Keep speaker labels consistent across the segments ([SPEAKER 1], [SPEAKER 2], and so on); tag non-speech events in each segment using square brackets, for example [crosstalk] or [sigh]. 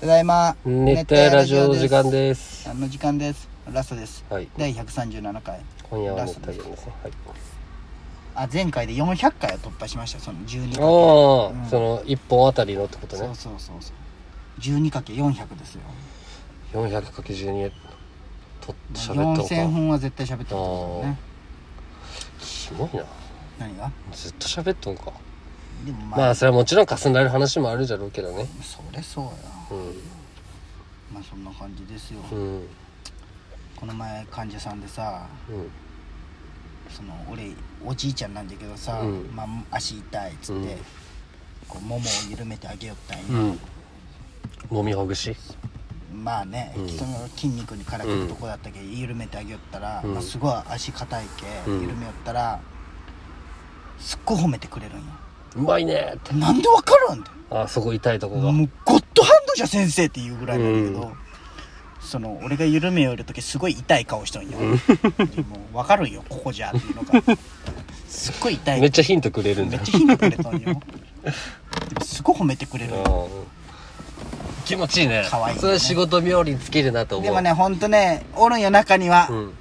[SPEAKER 1] ただいま
[SPEAKER 2] 熱帯ラジオの時間です
[SPEAKER 1] あの時間ですラストです
[SPEAKER 2] はい
[SPEAKER 1] 第137回
[SPEAKER 2] 今夜は熱帯夜ですねはい
[SPEAKER 1] あ前回で400回を突破しましたその12
[SPEAKER 2] あ
[SPEAKER 1] か
[SPEAKER 2] あ、
[SPEAKER 1] うん
[SPEAKER 2] その1本あたりのってこ
[SPEAKER 1] け
[SPEAKER 2] と
[SPEAKER 1] そ
[SPEAKER 2] ね
[SPEAKER 1] うそうそうそう12かけ400ですよ
[SPEAKER 2] 400×12 と喋ったの
[SPEAKER 1] 4000
[SPEAKER 2] か
[SPEAKER 1] 本は絶対喋ってこと思うね
[SPEAKER 2] すごいな
[SPEAKER 1] 何が
[SPEAKER 2] ずっと喋っとんか
[SPEAKER 1] でもまあ、
[SPEAKER 2] まあそれはもちろんかすんだる話もあるじゃろうけどね
[SPEAKER 1] それそうよ
[SPEAKER 2] う
[SPEAKER 1] まあそんな感じですよ、
[SPEAKER 2] んうん
[SPEAKER 1] この前患者さんでさ
[SPEAKER 2] うん
[SPEAKER 1] その俺おじいちゃんなんだけどさ、
[SPEAKER 2] うん
[SPEAKER 1] まあ、足痛いっつって、
[SPEAKER 2] うん
[SPEAKER 1] こうももを緩めてあげよったんよ、
[SPEAKER 2] うんもみほぐし
[SPEAKER 1] まあね、
[SPEAKER 2] うん
[SPEAKER 1] その筋肉にからくるとこだったけど、緩めてあげよったら、
[SPEAKER 2] うん
[SPEAKER 1] まあ、すごい足硬いけ、
[SPEAKER 2] うん
[SPEAKER 1] 緩めよったらすっごい褒めてくれるんよ
[SPEAKER 2] うまいねーって
[SPEAKER 1] なんでわかるんだよ
[SPEAKER 2] あそこ痛いとこが
[SPEAKER 1] もうゴッドハンドじゃ先生っていうぐらいなんだけど、
[SPEAKER 2] う
[SPEAKER 1] その俺が緩めよる時すごい痛い顔しとんよ、もうわかるんよここじゃっていうのがすっごい痛い
[SPEAKER 2] めっちゃヒントくれるん
[SPEAKER 1] め
[SPEAKER 2] だ
[SPEAKER 1] っちゃひねくれたんよでもすごい褒めてくれるんよ
[SPEAKER 2] うん気持ちいいね
[SPEAKER 1] 可愛いよね
[SPEAKER 2] それ仕事冥利につけるなと思う
[SPEAKER 1] でもねほんとねおるんよ中には、
[SPEAKER 2] うん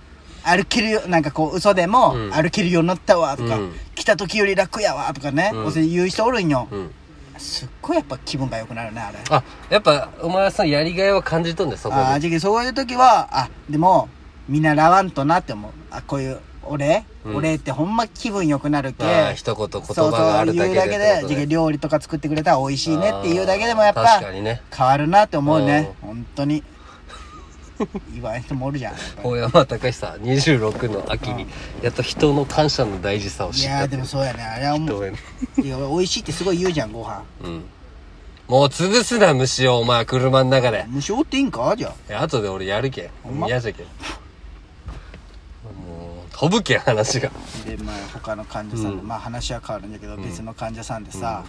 [SPEAKER 1] 歩けるよなんかこう嘘でも、
[SPEAKER 2] うん
[SPEAKER 1] 歩けるようになったわとか、
[SPEAKER 2] うん
[SPEAKER 1] 来た時より楽やわとかね、
[SPEAKER 2] うん
[SPEAKER 1] お世言う人おるんよ、
[SPEAKER 2] うん
[SPEAKER 1] すっごいやっぱ気分が良くなるねあれあ
[SPEAKER 2] あやっぱお前はそのやりがいは感じとんねそこ
[SPEAKER 1] あー
[SPEAKER 2] で
[SPEAKER 1] じゃけそういう時はあでも見習わんとなって思うあこういう俺、
[SPEAKER 2] うん
[SPEAKER 1] 俺ってほんま気分良くなるけ
[SPEAKER 2] あー一言言葉があるだけで
[SPEAKER 1] そうそう言うだけで
[SPEAKER 2] ってこと
[SPEAKER 1] じ
[SPEAKER 2] ね
[SPEAKER 1] ゃけ料理とか作ってくれたら美味しいねって言うだけでもやっ
[SPEAKER 2] あー確
[SPEAKER 1] ぱ
[SPEAKER 2] かにね
[SPEAKER 1] 変わるなって思うね本当に言わん人もおるじゃんやっぱり
[SPEAKER 2] 大山隆さ26の秋にやっと人の感謝の大事さを
[SPEAKER 1] い
[SPEAKER 2] 知っ
[SPEAKER 1] や
[SPEAKER 2] た
[SPEAKER 1] ーでもそうやねあれはも
[SPEAKER 2] 人 [laughs]
[SPEAKER 1] う
[SPEAKER 2] への
[SPEAKER 1] いや美味しいってすごい言うじゃんご飯
[SPEAKER 2] うんもう潰すな虫をお前車の中で
[SPEAKER 1] 無償っていいんかじゃあ
[SPEAKER 2] え後で俺やるけ
[SPEAKER 1] んま
[SPEAKER 2] 嫌じゃけもう飛ぶけ話が
[SPEAKER 1] でまあ他の患者さんで、
[SPEAKER 2] うん
[SPEAKER 1] まあ話は変わるんだけど、別の患者さんでさ、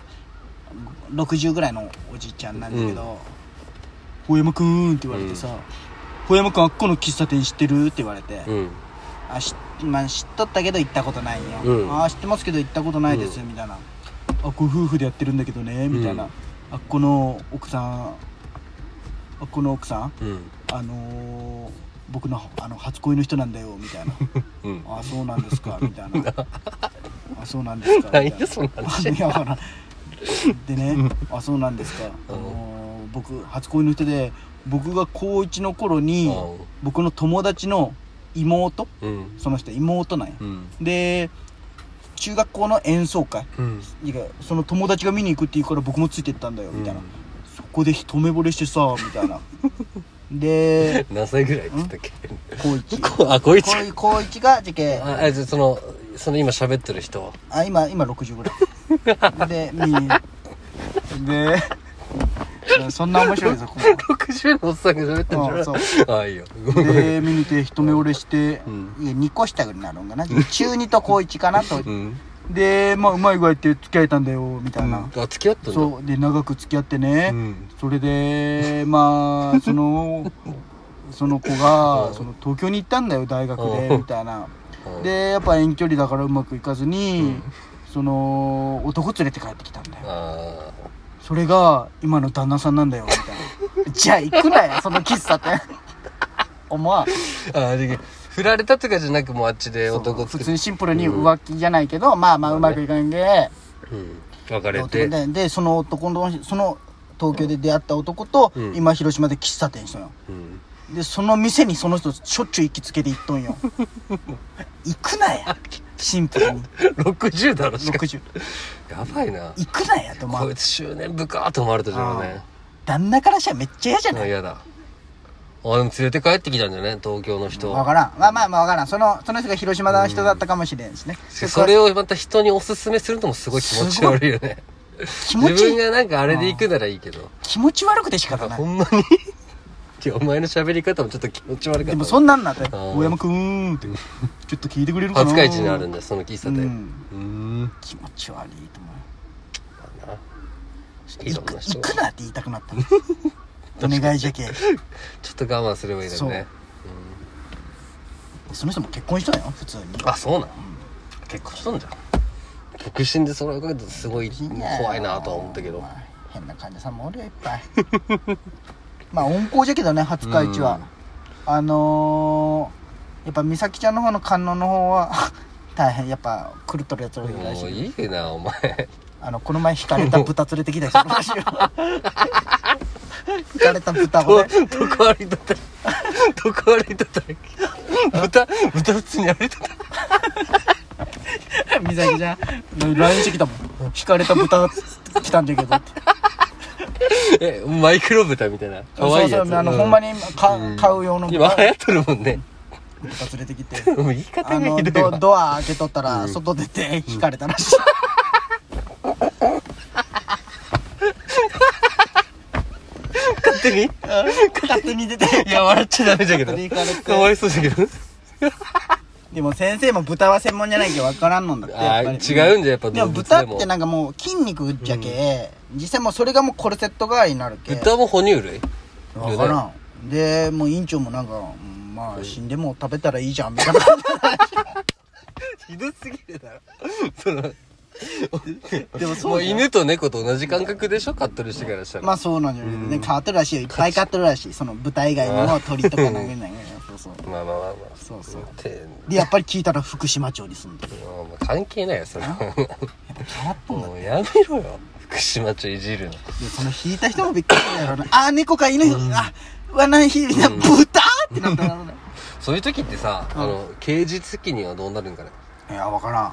[SPEAKER 1] 60ぐらいのおじいちゃんなんだけど「ほやまくん」って言われてさ「ほやまくんあっこの喫茶店知ってる?」って言われて、
[SPEAKER 2] うん
[SPEAKER 1] あしまあ、知っとったけど行ったことないよ、
[SPEAKER 2] うん
[SPEAKER 1] ああ知ってますけど行ったことないです、みたいな「あっこ夫婦でやってるんだけどね」みたいな、
[SPEAKER 2] うん
[SPEAKER 1] あっこの奥さんあっこの奥さん
[SPEAKER 2] うん
[SPEAKER 1] あのー僕のあの初恋の人なんだよみたいな
[SPEAKER 2] うん
[SPEAKER 1] あそうなんですかみたい [laughs] なあそうなんですかみたい
[SPEAKER 2] 何でそんな話
[SPEAKER 1] いやほらでねあそうなんですか、あのー僕初恋の人で僕が高1の頃に
[SPEAKER 2] うん
[SPEAKER 1] 僕の友達の妹
[SPEAKER 2] うん
[SPEAKER 1] その人妹なんや、
[SPEAKER 2] うん
[SPEAKER 1] で中学校の演奏会
[SPEAKER 2] うん
[SPEAKER 1] いやその友達が見に行くって言うから僕もついてったんだよみたいな、
[SPEAKER 2] うん
[SPEAKER 1] そこで一目惚れしてさみたいなで
[SPEAKER 2] 何歳ぐらいって言ったっけ [laughs]
[SPEAKER 1] [laughs] 高1
[SPEAKER 2] こあこいつ
[SPEAKER 1] 高一高一がじゃけ
[SPEAKER 2] ああじゃあそのその今喋ってる人は
[SPEAKER 1] あ今今60ぐらいでみでそんな面白いぞここ
[SPEAKER 2] 60のおっさんが喋ってんじゃ
[SPEAKER 1] うんそう
[SPEAKER 2] ああいいよごめん [laughs]
[SPEAKER 1] で見にて一目惚れして、
[SPEAKER 2] うん
[SPEAKER 1] いや2個下ぐらいになるんかな中2と高1かなと
[SPEAKER 2] うん
[SPEAKER 1] でまあうまい具合って付き合えたんだよみたい
[SPEAKER 2] あ
[SPEAKER 1] な、
[SPEAKER 2] 付き合ったんだ
[SPEAKER 1] そうで長く付き合ってね、
[SPEAKER 2] うん
[SPEAKER 1] それでまあそ
[SPEAKER 2] [laughs]
[SPEAKER 1] のその子が
[SPEAKER 2] うん
[SPEAKER 1] その東京に行ったんだよ大学
[SPEAKER 2] う
[SPEAKER 1] で
[SPEAKER 2] ん
[SPEAKER 1] みたいな
[SPEAKER 2] うん
[SPEAKER 1] でやっぱ遠距離だからうまくいかずに、その男連れて帰ってきたんだよ
[SPEAKER 2] あ
[SPEAKER 1] それが今の旦那さんなんだよみたいな [laughs] じゃあ行くなよその喫茶店 [laughs] 思わん
[SPEAKER 2] ーあーで振られたとかじゃなくもうあっちで男
[SPEAKER 1] 普
[SPEAKER 2] 作っ
[SPEAKER 1] 通
[SPEAKER 2] て
[SPEAKER 1] にシンプルに浮気じゃないけど、まあまあうまくいかんで,、
[SPEAKER 2] うん別れ
[SPEAKER 1] で
[SPEAKER 2] て
[SPEAKER 1] でその男のその東京で出会った男と、
[SPEAKER 2] うん
[SPEAKER 1] 今広島で喫茶店したよ
[SPEAKER 2] うん
[SPEAKER 1] でその店にその人しょっちゅう行きつけて行っとん
[SPEAKER 2] [laughs]
[SPEAKER 1] よ行くなやシンプルに
[SPEAKER 2] 60だろしかも
[SPEAKER 1] 60
[SPEAKER 2] やばいな
[SPEAKER 1] 行くなやと思
[SPEAKER 2] こ
[SPEAKER 1] う
[SPEAKER 2] いつ執念深ーと思われたじゃんね
[SPEAKER 1] 旦那からしたらめっちゃ嫌じゃ
[SPEAKER 2] あ
[SPEAKER 1] ない
[SPEAKER 2] 嫌だあでも連れて帰ってきたんじゃね東京の人
[SPEAKER 1] わからんまあまあまあわからんそのその人が広島の人だったかもしれんですね
[SPEAKER 2] それをまた人におすすめするのもすごい気持ち悪いよね
[SPEAKER 1] 気持
[SPEAKER 2] 自
[SPEAKER 1] ち
[SPEAKER 2] 分がなんかあれで行くならいいけど
[SPEAKER 1] 気持ち悪くて仕方ない
[SPEAKER 2] ほんまに [laughs] いやお前の喋り方もちょっと気持ち悪かった
[SPEAKER 1] でもそんなんなって「
[SPEAKER 2] ー
[SPEAKER 1] 大山くん」ってちょっと聞いてくれるかな
[SPEAKER 2] 廿日市にあるんだよその喫茶店
[SPEAKER 1] う
[SPEAKER 2] うんーん
[SPEAKER 1] 気持ち悪いと思う
[SPEAKER 2] だないいろん
[SPEAKER 1] く
[SPEAKER 2] な人
[SPEAKER 1] 行
[SPEAKER 2] が
[SPEAKER 1] くなって言いたくな
[SPEAKER 2] [laughs]
[SPEAKER 1] ったもんお願いじゃけ
[SPEAKER 2] ちょっと我慢すればいいだろうね
[SPEAKER 1] その人も結婚したのよ普通に
[SPEAKER 2] あそうなん結婚しとんじゃん独身でそれをかけてすごい怖いなとは思ったけど
[SPEAKER 1] まあ変な患者さんもおるよいっぱい [laughs] まあ温厚じゃけどね初日市は、あのー、やっぱ美咲ちゃんの方の観音の方は [laughs] 大変やっぱ狂っとるやつらおるら
[SPEAKER 2] もう
[SPEAKER 1] しい
[SPEAKER 2] いいなお前
[SPEAKER 1] あのこの前引かれた豚連れてきた人おるらしいよ
[SPEAKER 2] [laughs]
[SPEAKER 1] 引かれた豚を
[SPEAKER 2] ど
[SPEAKER 1] ね
[SPEAKER 2] どこ歩いとったら
[SPEAKER 1] [laughs]
[SPEAKER 2] どこ歩いとったら豚豚普通に歩いとった
[SPEAKER 1] 美咲ちゃん LINE してきたもん引かれた豚来たんじゃけどって
[SPEAKER 2] えマイクロ豚みたいな可愛いや
[SPEAKER 1] そ
[SPEAKER 2] つ
[SPEAKER 1] うそうあの、
[SPEAKER 2] う
[SPEAKER 1] ほんまにか、
[SPEAKER 2] ん
[SPEAKER 1] 買う用の豚
[SPEAKER 2] 今流行っとるもんね
[SPEAKER 1] 豚連れてきて
[SPEAKER 2] [laughs] もう言い
[SPEAKER 1] あ
[SPEAKER 2] 方が
[SPEAKER 1] の
[SPEAKER 2] ひどい
[SPEAKER 1] ド
[SPEAKER 2] わ
[SPEAKER 1] ドア開けとったら外出て引かれたら
[SPEAKER 2] [laughs]
[SPEAKER 1] しい、
[SPEAKER 2] 勝手に
[SPEAKER 1] 勝手に出て
[SPEAKER 2] いや笑っちゃダメじゃけど
[SPEAKER 1] 勝手に行かれて
[SPEAKER 2] かわいそうじゃけど
[SPEAKER 1] でも先生も豚は専門じゃないけど分からんのんだってや
[SPEAKER 2] あ
[SPEAKER 1] っぱり
[SPEAKER 2] ー違うんじゃやっぱ
[SPEAKER 1] でも
[SPEAKER 2] 動物
[SPEAKER 1] 豚
[SPEAKER 2] で
[SPEAKER 1] っ
[SPEAKER 2] も
[SPEAKER 1] てなんかもう筋肉じゃけ、実際もうそれがもうコルセット代わりになるけ
[SPEAKER 2] 豚も哺乳類
[SPEAKER 1] 分からん、でもう院長もなんかうんまあ死んでも食べたらいいじゃんみ
[SPEAKER 2] [laughs]
[SPEAKER 1] たいな感じ
[SPEAKER 2] ひどすぎるだろその
[SPEAKER 1] でも
[SPEAKER 2] も
[SPEAKER 1] そうう
[SPEAKER 2] 犬と猫と同じ感覚でしょ飼ってる人からしたら、
[SPEAKER 1] まあそうなんじゃけどね変わってるらし
[SPEAKER 2] [laughs]
[SPEAKER 1] いよいっぱい買ってるらしいその豚以外にも鳥とかなんかねそうそう
[SPEAKER 2] まあまあまあまあ
[SPEAKER 1] そうそう
[SPEAKER 2] て
[SPEAKER 1] でやっぱり聞いたら福島町に住んでる
[SPEAKER 2] もう関係ないよそれ
[SPEAKER 1] 変わっとんだ
[SPEAKER 2] もうやめろよ福島町いじるの
[SPEAKER 1] でその引いた人もびっくりしたやろうなあー猫か犬、あわなひみんな豚ってなったやろうね
[SPEAKER 2] そういう時ってさ、あの刑事責任はどうなるんかね
[SPEAKER 1] いや分からん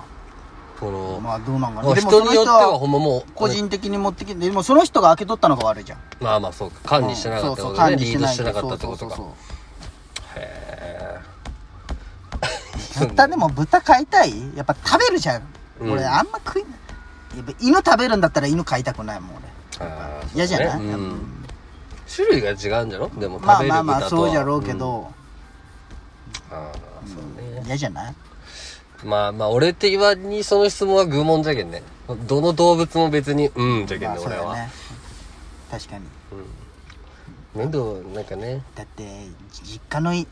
[SPEAKER 2] この、
[SPEAKER 1] まあどうなんか
[SPEAKER 2] も
[SPEAKER 1] な
[SPEAKER 2] う
[SPEAKER 1] でも
[SPEAKER 2] 人
[SPEAKER 1] その
[SPEAKER 2] によ
[SPEAKER 1] 人
[SPEAKER 2] ってはほ
[SPEAKER 1] は
[SPEAKER 2] んまもう
[SPEAKER 1] 個人的に持ってきてでもその人が開け取ったのが悪いじゃん
[SPEAKER 2] まあまあそうか管理してなかったって
[SPEAKER 1] そうそう
[SPEAKER 2] ことね、
[SPEAKER 1] 管理
[SPEAKER 2] リ
[SPEAKER 1] し
[SPEAKER 2] ー
[SPEAKER 1] て
[SPEAKER 2] ド
[SPEAKER 1] ない
[SPEAKER 2] してなかったってことか
[SPEAKER 1] そうそう
[SPEAKER 2] へ
[SPEAKER 1] そう豚でも豚飼いたいやっぱ食べるじゃん、
[SPEAKER 2] うん
[SPEAKER 1] 俺あんま食いやっぱ犬食べるんだったら犬飼いたくないもん俺
[SPEAKER 2] えあーそう
[SPEAKER 1] 嫌じゃない、
[SPEAKER 2] ね
[SPEAKER 1] やっ
[SPEAKER 2] う
[SPEAKER 1] ぱ
[SPEAKER 2] ん種類が違うんじゃろでも食べる豚と
[SPEAKER 1] まあまあまあそうじゃろうけ
[SPEAKER 2] ん
[SPEAKER 1] ど
[SPEAKER 2] あーそうね
[SPEAKER 1] 嫌、じゃない
[SPEAKER 2] まあまあ俺って言わにその質問は愚問じゃけんねどの動物も別にうんじゃけん
[SPEAKER 1] まあ
[SPEAKER 2] ね
[SPEAKER 1] そう
[SPEAKER 2] 俺
[SPEAKER 1] だよ
[SPEAKER 2] は
[SPEAKER 1] ね確かに
[SPEAKER 2] なんでなんかね
[SPEAKER 1] だって実家のい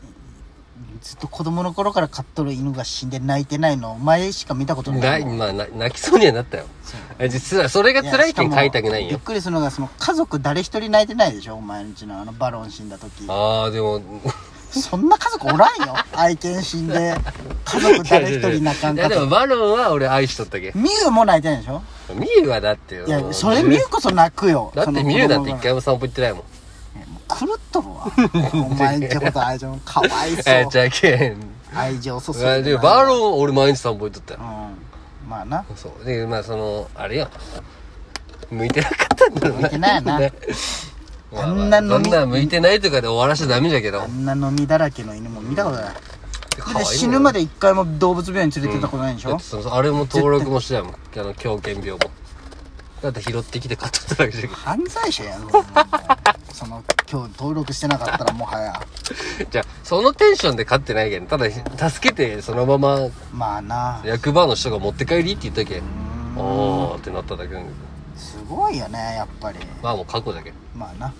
[SPEAKER 1] ずっと子供の頃から飼っとる犬が死んで泣いてないのお前しか見たことない
[SPEAKER 2] ないまあな泣きそうにはなったよあ実はそれが
[SPEAKER 1] や
[SPEAKER 2] 辛いけ
[SPEAKER 1] し
[SPEAKER 2] ん
[SPEAKER 1] かも
[SPEAKER 2] 書いたくないん
[SPEAKER 1] びっ
[SPEAKER 2] よ
[SPEAKER 1] くりするのがその家族誰一人泣いてないでしょお前んちのあのバロン死んだ時
[SPEAKER 2] ああでも
[SPEAKER 1] そんな家族おら
[SPEAKER 2] [laughs]
[SPEAKER 1] んよ愛犬死んで家族誰一人泣かん
[SPEAKER 2] い
[SPEAKER 1] か
[SPEAKER 2] やでも
[SPEAKER 1] と
[SPEAKER 2] バロンは俺愛しとったけん
[SPEAKER 1] ミュウも泣いてないでしょ
[SPEAKER 2] ミユはだってよ
[SPEAKER 1] いやそれミュウこそ泣くよ
[SPEAKER 2] [laughs] だってミユだって一
[SPEAKER 1] も
[SPEAKER 2] 回も散歩行ってないもん
[SPEAKER 1] う狂っとるわお前んちこと愛
[SPEAKER 2] [laughs]
[SPEAKER 1] 情かわいそ
[SPEAKER 2] えじ
[SPEAKER 1] う
[SPEAKER 2] ゃあけん
[SPEAKER 1] 愛情注い
[SPEAKER 2] まあ
[SPEAKER 1] で
[SPEAKER 2] でもバロンは俺毎日散歩行っとったよ
[SPEAKER 1] うんまあ
[SPEAKER 2] [laughs]
[SPEAKER 1] な
[SPEAKER 2] そうでまあそのあれよ向いてなかったんだろう
[SPEAKER 1] [laughs]
[SPEAKER 2] な
[SPEAKER 1] 向いてないな
[SPEAKER 2] ね
[SPEAKER 1] あんな飲み
[SPEAKER 2] まあまあそんな向いてないとかで終わらしちゃダメじゃけど
[SPEAKER 1] あんな飲みだらけの犬も見たことないで
[SPEAKER 2] 可愛いもん
[SPEAKER 1] 死ぬまで一回も動物病院連れてったことないでし
[SPEAKER 2] だっ
[SPEAKER 1] ょ
[SPEAKER 2] て、そのあれも登録もし
[SPEAKER 1] [laughs]
[SPEAKER 2] てないもんあの狂犬病もだって拾ってきて買っとっただけじゃん [laughs]
[SPEAKER 1] 犯罪者やんそんなもんその今日登録してなかったらもはや
[SPEAKER 2] じゃあそのテンションで買ってないけんただ助けてそのまま
[SPEAKER 1] まあな
[SPEAKER 2] 役場の人が持って帰りって言ったけんああってなっただけなんだけ
[SPEAKER 1] すごいよねやっぱり
[SPEAKER 2] どまあもう過去じゃけん、うん、
[SPEAKER 1] まあな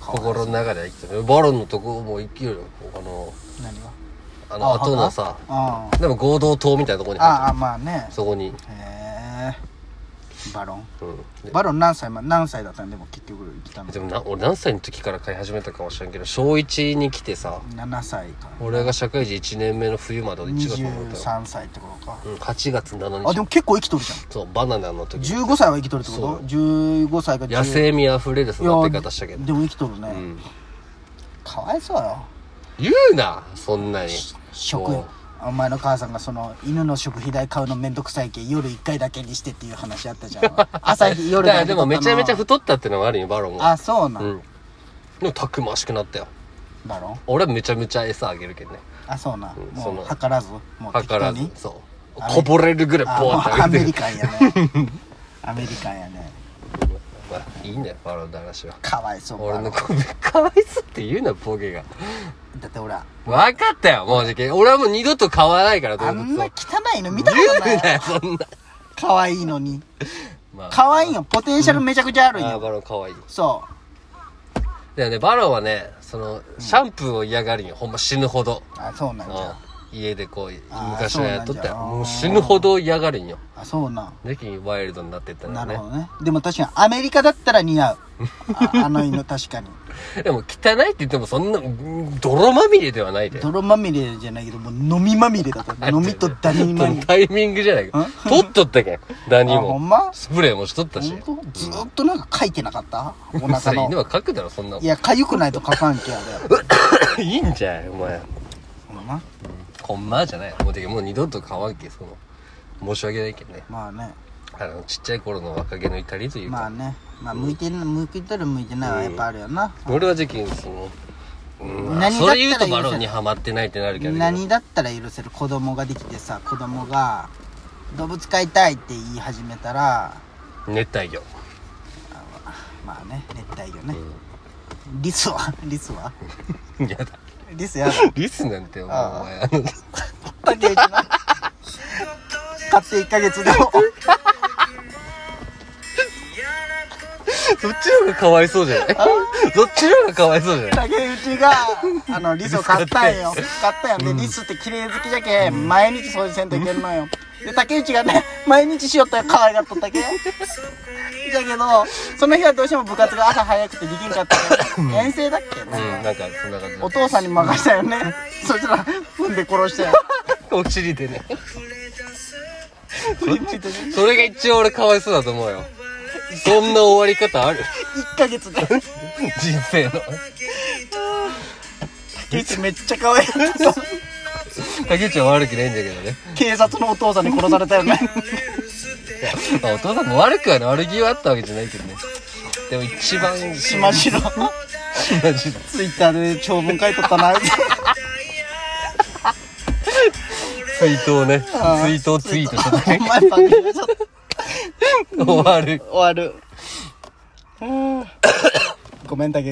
[SPEAKER 2] 心の中では生きてるバロンのとこも生きるよあの
[SPEAKER 1] 何が
[SPEAKER 2] あの後のさ
[SPEAKER 1] あ
[SPEAKER 2] でも合同島みたいなとこに入って
[SPEAKER 1] ああまあね
[SPEAKER 2] るそこに、
[SPEAKER 1] へえバロン
[SPEAKER 2] うん、で
[SPEAKER 1] バロン何歳ま何歳だったんでも結局来たの
[SPEAKER 2] でもな俺何歳の時から飼い始めたかもしれんけど小1に来てさ
[SPEAKER 1] 7歳か
[SPEAKER 2] 俺が社会人1年目の冬まで俺1月までだった
[SPEAKER 1] 23
[SPEAKER 2] よ
[SPEAKER 1] 歳ってことか
[SPEAKER 2] うん、8月7
[SPEAKER 1] あ
[SPEAKER 2] 日
[SPEAKER 1] でも結構生きとるじゃん
[SPEAKER 2] そうバナナの時
[SPEAKER 1] 15歳は生きとるってこ
[SPEAKER 2] そ
[SPEAKER 1] と
[SPEAKER 2] う
[SPEAKER 1] ?15 歳が10
[SPEAKER 2] 野生味あふれる育
[SPEAKER 1] いや
[SPEAKER 2] て方したけど
[SPEAKER 1] でも生きとるね、
[SPEAKER 2] うん
[SPEAKER 1] かわいそうよ
[SPEAKER 2] 言うなそんなに
[SPEAKER 1] 食
[SPEAKER 2] も
[SPEAKER 1] お前の母さんがその犬の食費代買うのめんどくさいけ夜1回だけにしてっていう話あったじゃ
[SPEAKER 2] [laughs]
[SPEAKER 1] ん朝日
[SPEAKER 2] う
[SPEAKER 1] 夜
[SPEAKER 2] だか
[SPEAKER 1] だ
[SPEAKER 2] ら
[SPEAKER 1] け
[SPEAKER 2] で
[SPEAKER 1] とか
[SPEAKER 2] も
[SPEAKER 1] の
[SPEAKER 2] めちゃめちゃ太ったってのもあるよバロンは
[SPEAKER 1] あそうな、
[SPEAKER 2] うんんでもたくましくなったよ
[SPEAKER 1] だろ
[SPEAKER 2] 俺はめちゃめちゃ餌あげるけどね
[SPEAKER 1] あそうなん、
[SPEAKER 2] うんそ
[SPEAKER 1] も
[SPEAKER 2] の
[SPEAKER 1] う計らずもう適
[SPEAKER 2] 計
[SPEAKER 1] 当
[SPEAKER 2] らず
[SPEAKER 1] に
[SPEAKER 2] そう
[SPEAKER 1] あれ
[SPEAKER 2] こぼれるぐらい
[SPEAKER 1] あ
[SPEAKER 2] ボ
[SPEAKER 1] も
[SPEAKER 2] ー
[SPEAKER 1] うア
[SPEAKER 2] ンってあ
[SPEAKER 1] メ
[SPEAKER 2] げて
[SPEAKER 1] リ
[SPEAKER 2] る
[SPEAKER 1] カンやね
[SPEAKER 2] [laughs]
[SPEAKER 1] アメリカンやね
[SPEAKER 2] まあいいんだよバロンの話は
[SPEAKER 1] かわいそう
[SPEAKER 2] 俺
[SPEAKER 1] だ
[SPEAKER 2] の子かわいそうって言うなボケが
[SPEAKER 1] って俺は
[SPEAKER 2] 分かったよもうじき俺はもう二度と買わないから動
[SPEAKER 1] あ
[SPEAKER 2] 物を
[SPEAKER 1] んな汚いの見た
[SPEAKER 2] 言
[SPEAKER 1] こと
[SPEAKER 2] うな
[SPEAKER 1] ない
[SPEAKER 2] よ [laughs] そんな
[SPEAKER 1] かわいいのに
[SPEAKER 2] まあ
[SPEAKER 1] かわいいよポテンシャルめちゃくちゃあるん
[SPEAKER 2] あー
[SPEAKER 1] よ、
[SPEAKER 2] バロンかわいい
[SPEAKER 1] そ
[SPEAKER 2] だよねバロンはねそのシャンプーを嫌がるんよほんま死ぬほど
[SPEAKER 1] うあそうなんじゃ
[SPEAKER 2] う家でこう
[SPEAKER 1] あー
[SPEAKER 2] 昔はやっとったよ
[SPEAKER 1] そうなんじゃ
[SPEAKER 2] もう死ぬほど嫌がるんよ
[SPEAKER 1] あそうなん
[SPEAKER 2] できワイルドになってったんだ
[SPEAKER 1] な
[SPEAKER 2] よ
[SPEAKER 1] る
[SPEAKER 2] ね
[SPEAKER 1] ほどねでも確かにアメリカだったら似合うああの犬確かに
[SPEAKER 2] でも汚いって言ってもそんなうん泥まみれではないで
[SPEAKER 1] 泥まみれじゃないけどもう飲みまみれだった飲みとダニまみれ
[SPEAKER 2] タイミングじゃないか取っとったけんダニ
[SPEAKER 1] あほ
[SPEAKER 2] も
[SPEAKER 1] んま
[SPEAKER 2] スプレーもしとったし
[SPEAKER 1] 本当ずーっとなんか書いてなかったお
[SPEAKER 2] さ
[SPEAKER 1] 腹
[SPEAKER 2] 犬
[SPEAKER 1] の
[SPEAKER 2] は書くだろそんなも
[SPEAKER 1] い
[SPEAKER 2] ん
[SPEAKER 1] やかゆくないと書かんけあれ
[SPEAKER 2] [laughs] いいんじゃんお前
[SPEAKER 1] ほんま
[SPEAKER 2] ほんまじゃないもうてかもう二度と買わんけその申し訳ないけどね
[SPEAKER 1] まあね
[SPEAKER 2] あのちっちゃい頃の若気の至りというか、
[SPEAKER 1] まあねまあ向いてな向いてる向いてないはやっぱあるよな
[SPEAKER 2] 俺はじきその、うん
[SPEAKER 1] 何だったら
[SPEAKER 2] それ言うと
[SPEAKER 1] 許せ
[SPEAKER 2] バ
[SPEAKER 1] る
[SPEAKER 2] ロンにはまってないってなるけど
[SPEAKER 1] 何だったら許せる子供ができてさ子供が動物飼いたいって言い始めたら
[SPEAKER 2] 熱帯魚
[SPEAKER 1] まあね熱帯魚ね、リスはリスは
[SPEAKER 2] やだ
[SPEAKER 1] リスやだ
[SPEAKER 2] リスなんてもうお
[SPEAKER 1] ああ
[SPEAKER 2] 前あの
[SPEAKER 1] [laughs] 竹内の買って1ヶ月でも
[SPEAKER 2] そっちの方がかわいそうじゃないそっちの方がかわいそうじゃない
[SPEAKER 1] 竹内があのリスを買ったんよ買ったんよで、リスって綺麗好きじゃけ、ん、毎日掃除せんといけんのよで竹内がね毎日しよったら可愛がっとったけじゃけどその日はどうしても部活が朝早くてできんかったよ遠征だっけな、
[SPEAKER 2] うんなんかそんな感じ
[SPEAKER 1] お父さんに任したよねそしたら踏んで殺したよ
[SPEAKER 2] お尻でね
[SPEAKER 1] 振り向いてね
[SPEAKER 2] それが一応俺かわいそうだと思うよそんな終わり方ある
[SPEAKER 1] 1ヶ月で
[SPEAKER 2] 人生の
[SPEAKER 1] 竹内めっちゃ可愛いった
[SPEAKER 2] 竹内は悪くないんだけどね
[SPEAKER 1] 警察のお父さんに殺されたよね
[SPEAKER 2] まあお父さんも悪くはね悪気はあったわけじゃないけどねでも一番
[SPEAKER 1] 島城
[SPEAKER 2] マジで
[SPEAKER 1] ツイッターで長文書いとったな
[SPEAKER 2] 追悼ね追悼 [laughs] ツイートし
[SPEAKER 1] お前バカになっちゃった
[SPEAKER 2] た終わる
[SPEAKER 1] [coughs] 終わるうんごめんだけ